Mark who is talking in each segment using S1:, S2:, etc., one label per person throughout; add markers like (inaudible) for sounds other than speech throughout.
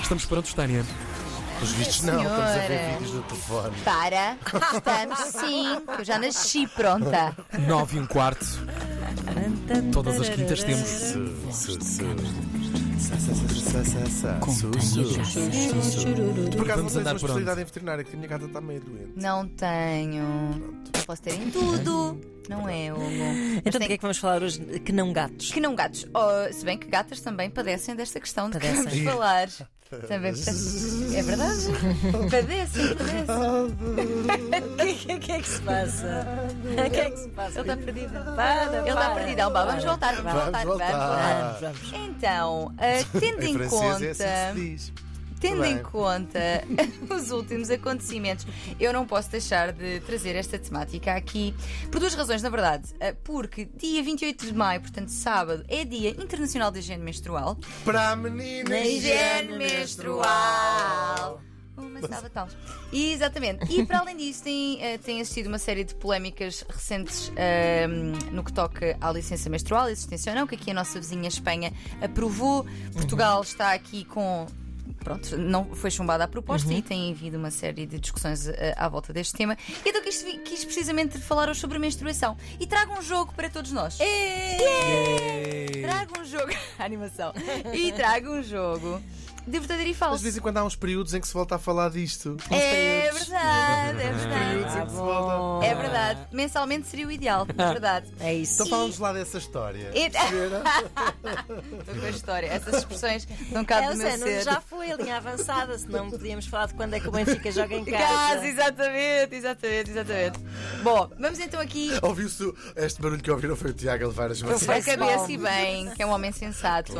S1: Estamos prontos, Tânia.
S2: Os vistos não, estamos a ver
S3: senhora. Tá.
S2: vídeos do telefone.
S3: Para, estamos sim, que eu já nasci pronta.
S1: 9 e um quarto. Todas as quintas temos.
S2: Por acaso não
S1: Vamos
S2: tens uma
S1: andar por onde?
S2: especialidade em veterinária, que a minha gata está meio doente.
S3: Não tenho. Não posso ter em tudo. Não é, Hugo. Mas
S4: Então,
S3: tem
S4: de que é que vamos falar hoje que não gatos?
S3: que não gatos. Oh, se bem que gatas também padecem desta questão de que vamos
S4: Padecem.
S3: falar. Também, portanto, é verdade. Padecem, padecem.
S4: (laughs) O que, é que se passa? O que é que se passa?
S3: tá
S4: Ele está perdido. Para,
S3: Ele está perdido. Alba. Vamos voltar, vamos, voltar, Tá, vamos voltar.
S2: voltar.
S4: Vamos.
S3: Então, ah, tendo em,
S2: Em francês é
S3: conta.
S2: assim que se diz.
S3: Tendo
S2: Bem.
S3: em conta (laughs) os últimos acontecimentos, eu não posso deixar de trazer esta temática aqui por duas razões, na verdade. Eh, Porque dia 28 de maio, portanto sábado, é Dia Internacional da Higiene Menstrual.
S2: Para a menina
S4: Higiene
S3: menstrual. Uma salva de palmas. E, Exatamente. E para além disso, tem, eh, tem assistido uma série de polémicas recentes ehm, no que toca à licença menstrual, existência ou não, que aqui a nossa vizinha Espanha aprovou. Portugal está aqui com. Pronto, não foi chumbada a proposta e tem havido uma série de discussões eh, à volta deste tema. E então quis, quis precisamente falar hoje sobre a menstruação. E trago um jogo para todos nós. Trago um jogo. (laughs) Animação. E trago um jogo de verdadeiro e
S2: Mas
S3: falso.
S2: de vez em quando há uns períodos em que se volta a falar disto.
S3: É verdade, é
S2: Períodos em
S4: Ah,
S3: verdade.
S2: que se volta.
S3: É verdade. Mensalmente seria o ideal, é (laughs) verdade. É.
S4: É isso.
S2: Então falamos lá dessa história.
S3: E-
S2: Perceberam?
S3: Estou com a história. Essas expressões dão um bocado do meu
S4: Elsa, não,
S3: ser.
S4: já
S3: (laughs)
S4: foi a linha avançada, senão podíamos falar de quando é que o Benfica joga (laughs) em casa.
S3: Gás, exatamente, exatamente, exatamente. Bom, vamos então aqui
S2: Ouviu-se o- este barulho que ouviram foi o Tiago a levar as mãos.
S3: a
S4: Faz
S3: cabeça
S4: mal.
S3: e bem, que é um homem sensato.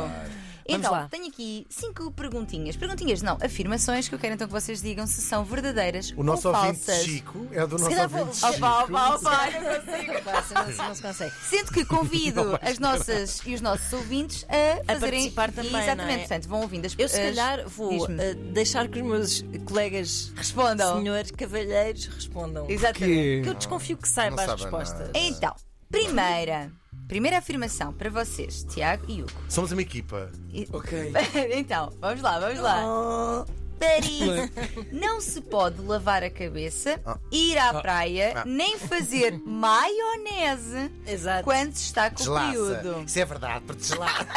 S3: Então,
S4: Vamos lá.
S3: tenho aqui cinco perguntinhas. Perguntinhas, não, afirmações que eu quero então que vocês digam se são verdadeiras
S2: O nosso
S3: ou
S2: ouvinte
S3: falsas. (laughs)
S2: Chico é do
S4: Se
S2: nosso
S4: calhar vou-
S2: ouvinte Chico.
S3: Opa, opa, opa, eu não consigo.
S4: Quase, não, se- não se consegue.
S3: Sendo que convido as nossas e os nossos ouvintes a,
S4: A
S3: fazerem
S4: participar também, não é?
S3: Exatamente, portanto, vão ouvindo as
S4: Eu, se
S3: as-
S4: calhar, vou
S3: Diz-me.
S4: eh, deixar que os meus colegas
S3: Respondam.
S4: senhores cavalheiros respondam.
S3: Exatamente.
S4: Que
S1: é?
S4: eu desconfio que saiba
S2: Não
S4: as
S2: sabe
S4: respostas.
S2: nada.
S3: Então, primeira, primeira afirmação para vocês, Tiago e Hugo.
S2: Somos uma equipa.
S3: E-
S1: Ok.
S3: (laughs) então, vamos lá, vamos lá.
S4: Oh,
S3: Paris. Não se pode lavar a cabeça, ir
S4: Ah.
S3: à praia, nem fazer
S4: (laughs)
S3: maionese
S4: Exato.
S3: quando se está com
S2: Deslaça.
S3: período.
S2: Isso é verdade, porque deslaça.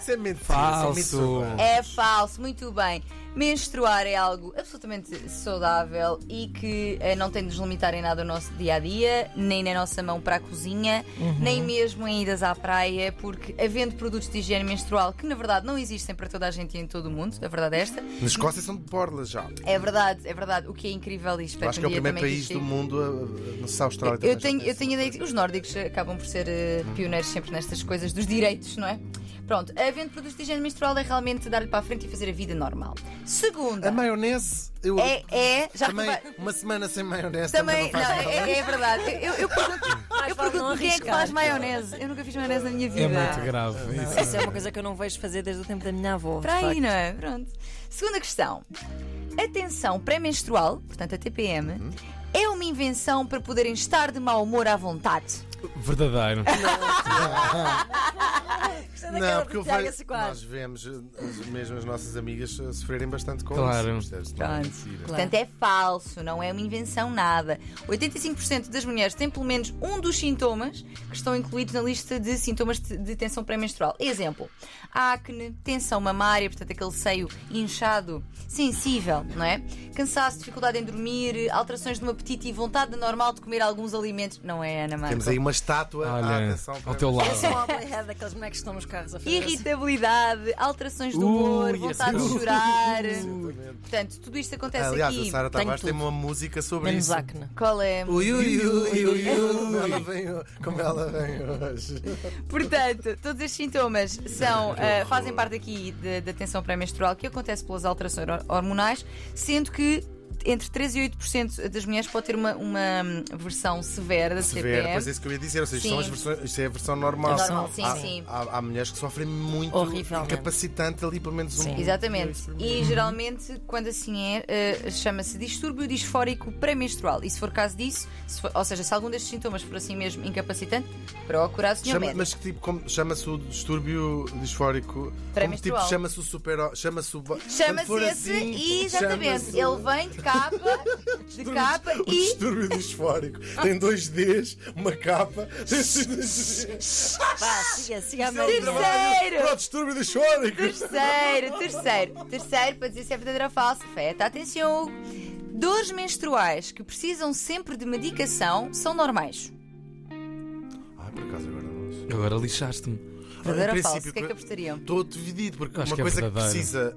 S2: Isso é mentira.
S1: Falso.
S2: Isso é mentira.
S3: É falso, muito bem. Menstruar é algo absolutamente saudável e que eh, não tem de nos limitar em nada o nosso dia a dia, nem na nossa mão para a cozinha, nem mesmo em idas à praia, porque havendo produtos de higiene menstrual que na verdade não existem para toda a gente e em todo o mundo, a verdade é esta.
S2: Na Escócia são de borlas já. Eu
S3: É verdade, é verdade. O que é incrível e espero
S2: Acho que é o
S3: um dia
S2: primeiro
S3: também
S2: país
S3: chegue.
S2: do mundo a- a. Não sei se a Austrália também
S3: Eu
S2: já
S3: tenho,
S2: tem
S3: eu
S2: essa
S3: tenho a ideia
S2: coisa.
S3: que os nórdicos acabam por ser eh, pioneiros sempre nestas coisas dos direitos, não é? Pronto, havendo produtos de higiene menstrual é realmente dar-lhe para a frente e fazer a vida normal. Segunda.
S2: A maionese. Eu...
S3: É, é, já
S2: também,
S3: repara-
S2: uma semana sem maionese
S3: também,
S2: também,
S3: não,
S2: não faz mal.
S3: é, é verdade. Eu, eu pergunto, eu pergunto quem é que faz maionese. Eu nunca fiz maionese na minha vida.
S1: É muito grave. isso.
S4: Isso é uma coisa que eu não vejo fazer desde o tempo da minha avó.
S3: Para aí,
S4: de facto.
S3: não é? Pronto. Segunda questão. A tensão pré-menstrual, portanto a TPM,
S2: Uhum.
S3: é uma invenção para poderem estar de mau humor à vontade.
S1: Verdadeiro.
S4: Gostei
S2: Não,
S4: é daquela do
S2: porque eu
S4: Tiago
S2: vejo-
S4: Sequar.
S2: nós vemos eh, as, mesmo as nossas amigas eh, sofrerem bastante com
S1: Claro.
S2: isso. percebes? Não é
S3: Pronto.
S1: Ah,
S2: mentira.
S4: Claro.
S3: Portanto, é falso, não é uma invenção nada. 85% das mulheres têm pelo menos um dos sintomas que estão incluídos na lista de sintomas de de tensão pré-menstrual. Exemplo: acne, tensão mamária, portanto, aquele seio inchado, sensível, não é? Cansaço, dificuldade em dormir, alterações no apetite e vontade normal de comer alguns alimentos. Não é, Ana Marta?
S2: Temos aí uma estátua
S3: Ah,
S2: à
S1: Olha,
S2: atenção para
S1: ao teu lado.
S4: Só a é daqueles bonecos que estão nos carros a fazer. assim.
S3: Irritabilidade, alterações do humor,
S1: Ui,
S3: vontade
S1: esse- é
S3: de
S1: (laughs)
S3: chorar.
S2: Exatamente.
S3: Portanto, tudo isto acontece
S2: Aliás,
S3: aqui.
S2: a Sara tá Tavares
S4: tudo.
S2: tem uma música sobre
S4: Menos
S2: isso.
S4: acne.
S3: Qual é?
S2: Ui, ui, ui, ui, ui. Ela vem ho- Como ela vem hoje.
S3: Portanto, todos estes sintomas
S2: (laughs)
S3: são, ah,
S2: Oh.
S3: fazem parte aqui de- da tensão pré-menstrual que acontece pelas alterações hor- hormonais, sendo que entre 3% e 8% das mulheres pode ter uma, uma hum, versão severa da
S2: Severo, pois é
S3: CPR.
S2: isso que eu ia dizer. Ou seja, isto, são
S3: Sim.
S2: as versões, isto é a versão normal.
S3: Normal, sim,
S2: há,
S3: sim.
S2: Há, há mulheres que sofrem muito
S4: Horrivelmente.
S2: incapacitante ali, pelo menos um.
S4: Sim.
S3: Exatamente.
S2: uhum.
S3: E geralmente, quando assim é, eh, chama-se distúrbio disfórico pré-menstrual. E se for caso disso, se for- ou seja, se algum destes sintomas for assim mesmo incapacitante, procurar o senhor
S2: Chama-
S3: médico.
S2: mas que tipo, como chama-se o distúrbio disfórico? Como tipo,
S3: Pré-menstrual.
S2: chama-se o super. Chama-se o. ba- Quando
S3: Chama-se
S2: for
S3: esse,
S2: assim,
S3: exatamente.
S2: chama-se-
S3: Ele vem de capa, de capa
S2: O
S3: e.
S2: distúrbio disfórico tem dois Ds, uma capa.
S3: (laughs)
S2: é
S4: Vá, siga, siga a
S3: Sim,
S4: Maria.
S3: Terceiro!
S2: Para o distúrbio disfórico!
S3: Terceiro, terceiro, terceiro, para dizer se é verdadeira ou falsa. Feta, atenção! Hugo. Dores menstruais que precisam sempre de medicação são normais.
S2: Ah, por acaso agora não. sei.
S1: Agora lixaste-me.
S3: Verdadeiro
S2: Em
S3: ou falso?
S2: princípio,
S3: O que é que apostariam?
S2: Estou dividido, porque
S1: Acho
S2: uma
S1: que é
S2: coisa que
S1: verdadeiro.
S2: precisa.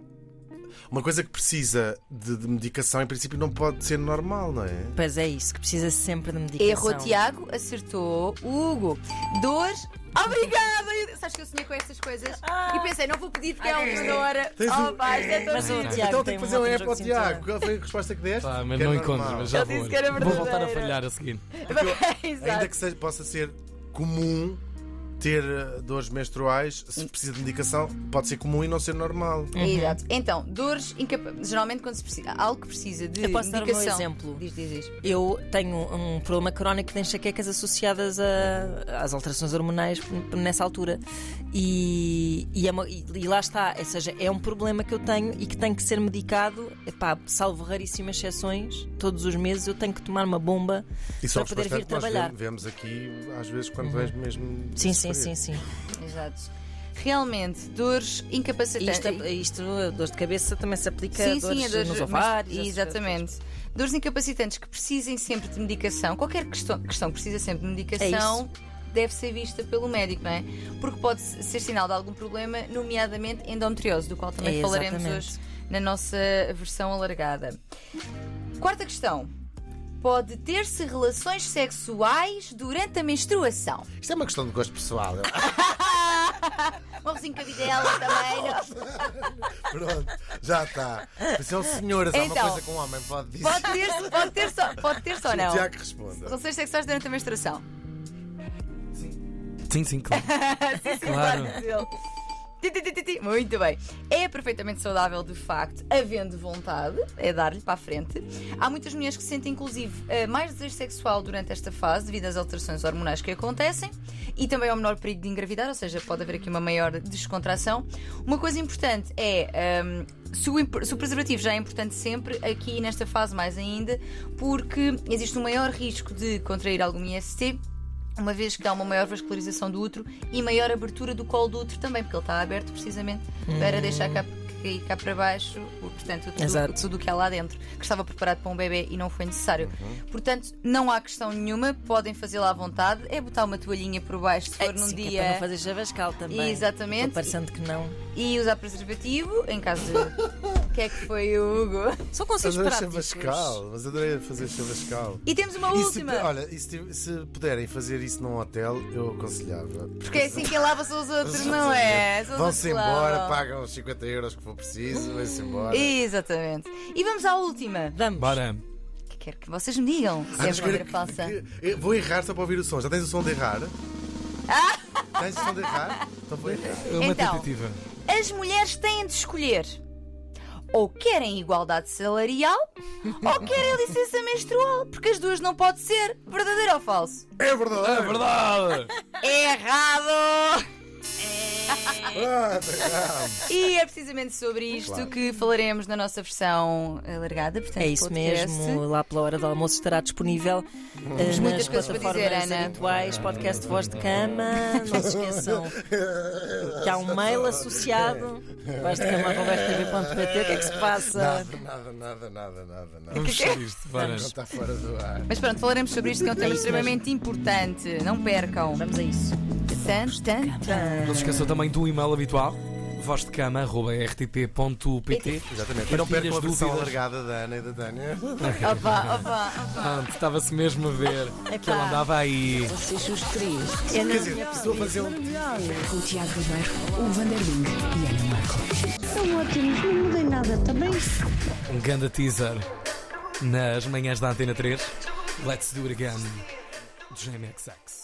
S2: Uma coisa que precisa de, de medicação, em princípio, não pode ser normal, não é?
S4: Pois é isso, que precisa sempre de medicação.
S3: Errou Tiago, acertou Hugo. Dores. Obrigada! Eu- Sabes que eu sonhei com estas coisas? E pensei, não vou pedir porque é uma sonora.
S2: Ah, Tens
S3: Oh,
S2: um-
S3: pá, isto é tão
S4: Mas o
S3: giro.
S4: Tiago
S2: então
S4: tem
S2: tem que fazer um
S4: ótimo
S2: app
S4: jogo
S2: ao
S4: de
S2: Tiago.
S4: cintura.
S2: Qual foi a resposta que deste?
S1: Pá, mas
S2: Que é
S1: não
S2: normal.
S1: encontro, mas já
S3: Ele
S1: vou.
S3: disse que era
S1: vou voltar a
S3: verdadeira.
S1: falhar a seguir.
S3: (laughs) Exato.
S2: Ainda que seja, possa ser comum ter eh, dores menstruais, se precisa de medicação, pode ser comum e não ser normal.
S3: Exato. Então, dores incapazes. Geralmente, quando se precisa, algo que precisa de
S4: Eu posso dar o meu
S3: indicação.
S4: exemplo.
S3: Diz, diz, diz.
S4: Eu tenho um problema crónico de enxaquecas associadas a- às alterações hormonais n- nessa altura. E, e é uma- e- e lá está, ou seja, é um problema que eu tenho e que tem que ser medicado, epá, salvo raríssimas exceções, todos os meses eu tenho que tomar uma bomba
S2: E
S4: para
S2: só
S4: poder vir
S2: nós
S4: trabalhar.
S2: vemos- vemos aqui, às vezes, quando
S1: Uhum.
S2: vens mesmo.
S4: Sim, sim,
S2: sofrer.
S4: sim, sim.
S3: Exato. Realmente, dores
S4: E
S3: incapacitantes.
S4: Isto, é- isto, a dor de cabeça, também se aplica a
S3: Sim,
S4: dores
S3: sim, a dor
S4: nos ovários. essas
S3: Exatamente. Dores incapacitantes que precisem sempre de medicação, qualquer questão, questão que precisa sempre de
S4: É
S3: medicação. Deve ser vista pelo médico, não é? Porque pode ser sinal de algum problema, nomeadamente endometriose, do qual também
S4: É,
S3: falaremos
S4: exatamente.
S3: hoje na nossa versão alargada. Quarta questão: pode ter-se relações sexuais durante a menstruação?
S2: Isto é uma questão de gosto pessoal.
S3: Uma rosinha cabidela também,
S2: (laughs)
S3: não?
S2: Pronto, já está. Mas é um senhor, há uma
S3: Então,
S2: coisa com um homem, pode dizer.
S3: Pode ter-se, pode ter só, pode ter só, não?
S2: O Tiago responda.
S3: Relações sexuais durante a menstruação.
S1: Sim, sim, claro. claro.
S3: Ti, ti, ti, ti, ti. Muito bem. É perfeitamente saudável, de facto, havendo vontade, é dar-lhe para a frente. Há muitas mulheres que sentem, inclusive, eh, mais desejo sexual durante esta fase, devido às alterações hormonais que acontecem, e também ao menor perigo de engravidar, ou seja, pode haver aqui uma maior descontração. Uma coisa importante é. hum, se o, imp- se o preservativo já é importante sempre, aqui nesta fase mais ainda, porque existe um maior risco de contrair algum IST uma vez que há uma maior vascularização do útero e maior abertura do colo do útero também, porque ele está aberto precisamente para deixar cá, cair cá para baixo, o- portanto, tudo-
S4: Exato.
S3: tudo o que há lá dentro, que estava preparado para um bebê e não foi necessário.
S2: Uhum.
S3: Portanto, não há questão nenhuma, podem fazê-la à vontade, é botar uma toalhinha por baixo se
S4: É,
S3: for num
S4: sim, que é
S3: dia
S4: Para não fazer javascal também.
S3: Exatamente.
S4: Estou parecendo que não.
S3: e usar preservativo, em caso
S2: (laughs)
S3: de. que é que foi o Hugo?
S4: São conselhos
S2: Adorei
S4: práticos.
S2: chavascal, mas adorei fazer chavascal.
S3: E temos uma
S2: E se,
S3: última,
S2: olha, e se, se puderem fazer isso num hotel, eu aconselhava.
S3: porque é assim que lava são os outros, não é? São
S2: né?
S3: os outros
S2: Vão-se
S3: que lavam.
S2: embora, pagam os 50 euros que for preciso, vão-se embora.
S3: Exatamente. E vamos à última,
S4: Vamos.
S1: Bora.
S3: que quero que vocês me digam se
S2: Ah,
S3: é
S2: mas quero
S3: verdadeira ou falsa.
S2: que- que- eu vou errar só para ouvir o som. Já tens o som de
S3: (laughs)
S2: errar? Tens o som de errar? Então vou errar.
S1: É uma
S3: Então.
S1: tentativa.
S3: As mulheres têm de escolher ou querem igualdade (laughs) salarial ou querem licença menstrual, porque as duas não pode ser verdadeiro ou falso.
S2: É verdade!
S1: É verdade!
S3: Errado!
S2: Pronto, erramos.
S3: E é precisamente sobre isto
S2: Claro.
S3: que falaremos na nossa versão alargada, portanto,
S4: É isso
S3: podcast.
S4: mesmo, lá pela hora do almoço estará disponível eh,
S3: muitas
S4: nas
S3: coisas para
S4: plataformas
S3: dizer, Ana.
S4: habituais, podcast Voz de Cama, não se esqueçam que há um mail associado,
S3: É
S4: vozdecama.rtv.pt, o que é que se passa?
S2: Nada, nada, nada, nada, nada, nada.
S3: é?
S1: Vamos fechar isto. Bora.
S2: Não está fora do ar.
S3: Mas pronto, falaremos sobre isto que é um tema extremamente importante. Não percam.
S4: Vamos a isso.
S3: Tan, tan, tan.
S1: Não se esqueçam também do e-mail habitual, vozdecama.rtp.pt.
S2: Exatamente. E não percam a
S1: Partilhas
S2: versão
S1: dúvidas.
S2: alargada da Ana e da Tânia.
S3: Opa, opa, opa.
S1: Ah, Estava-se mesmo a ver que ele andava aí.
S5: Vocês os três.
S2: Quer dizer, estou a fazer um.
S5: Com o Tiago Ribeiro, o Vanderling e Ana Marco.
S6: São ótimos, não mudei nada, também.
S1: Um ganda teaser. nas manhãs da Antena 3. Let's do it again. Jamie XX.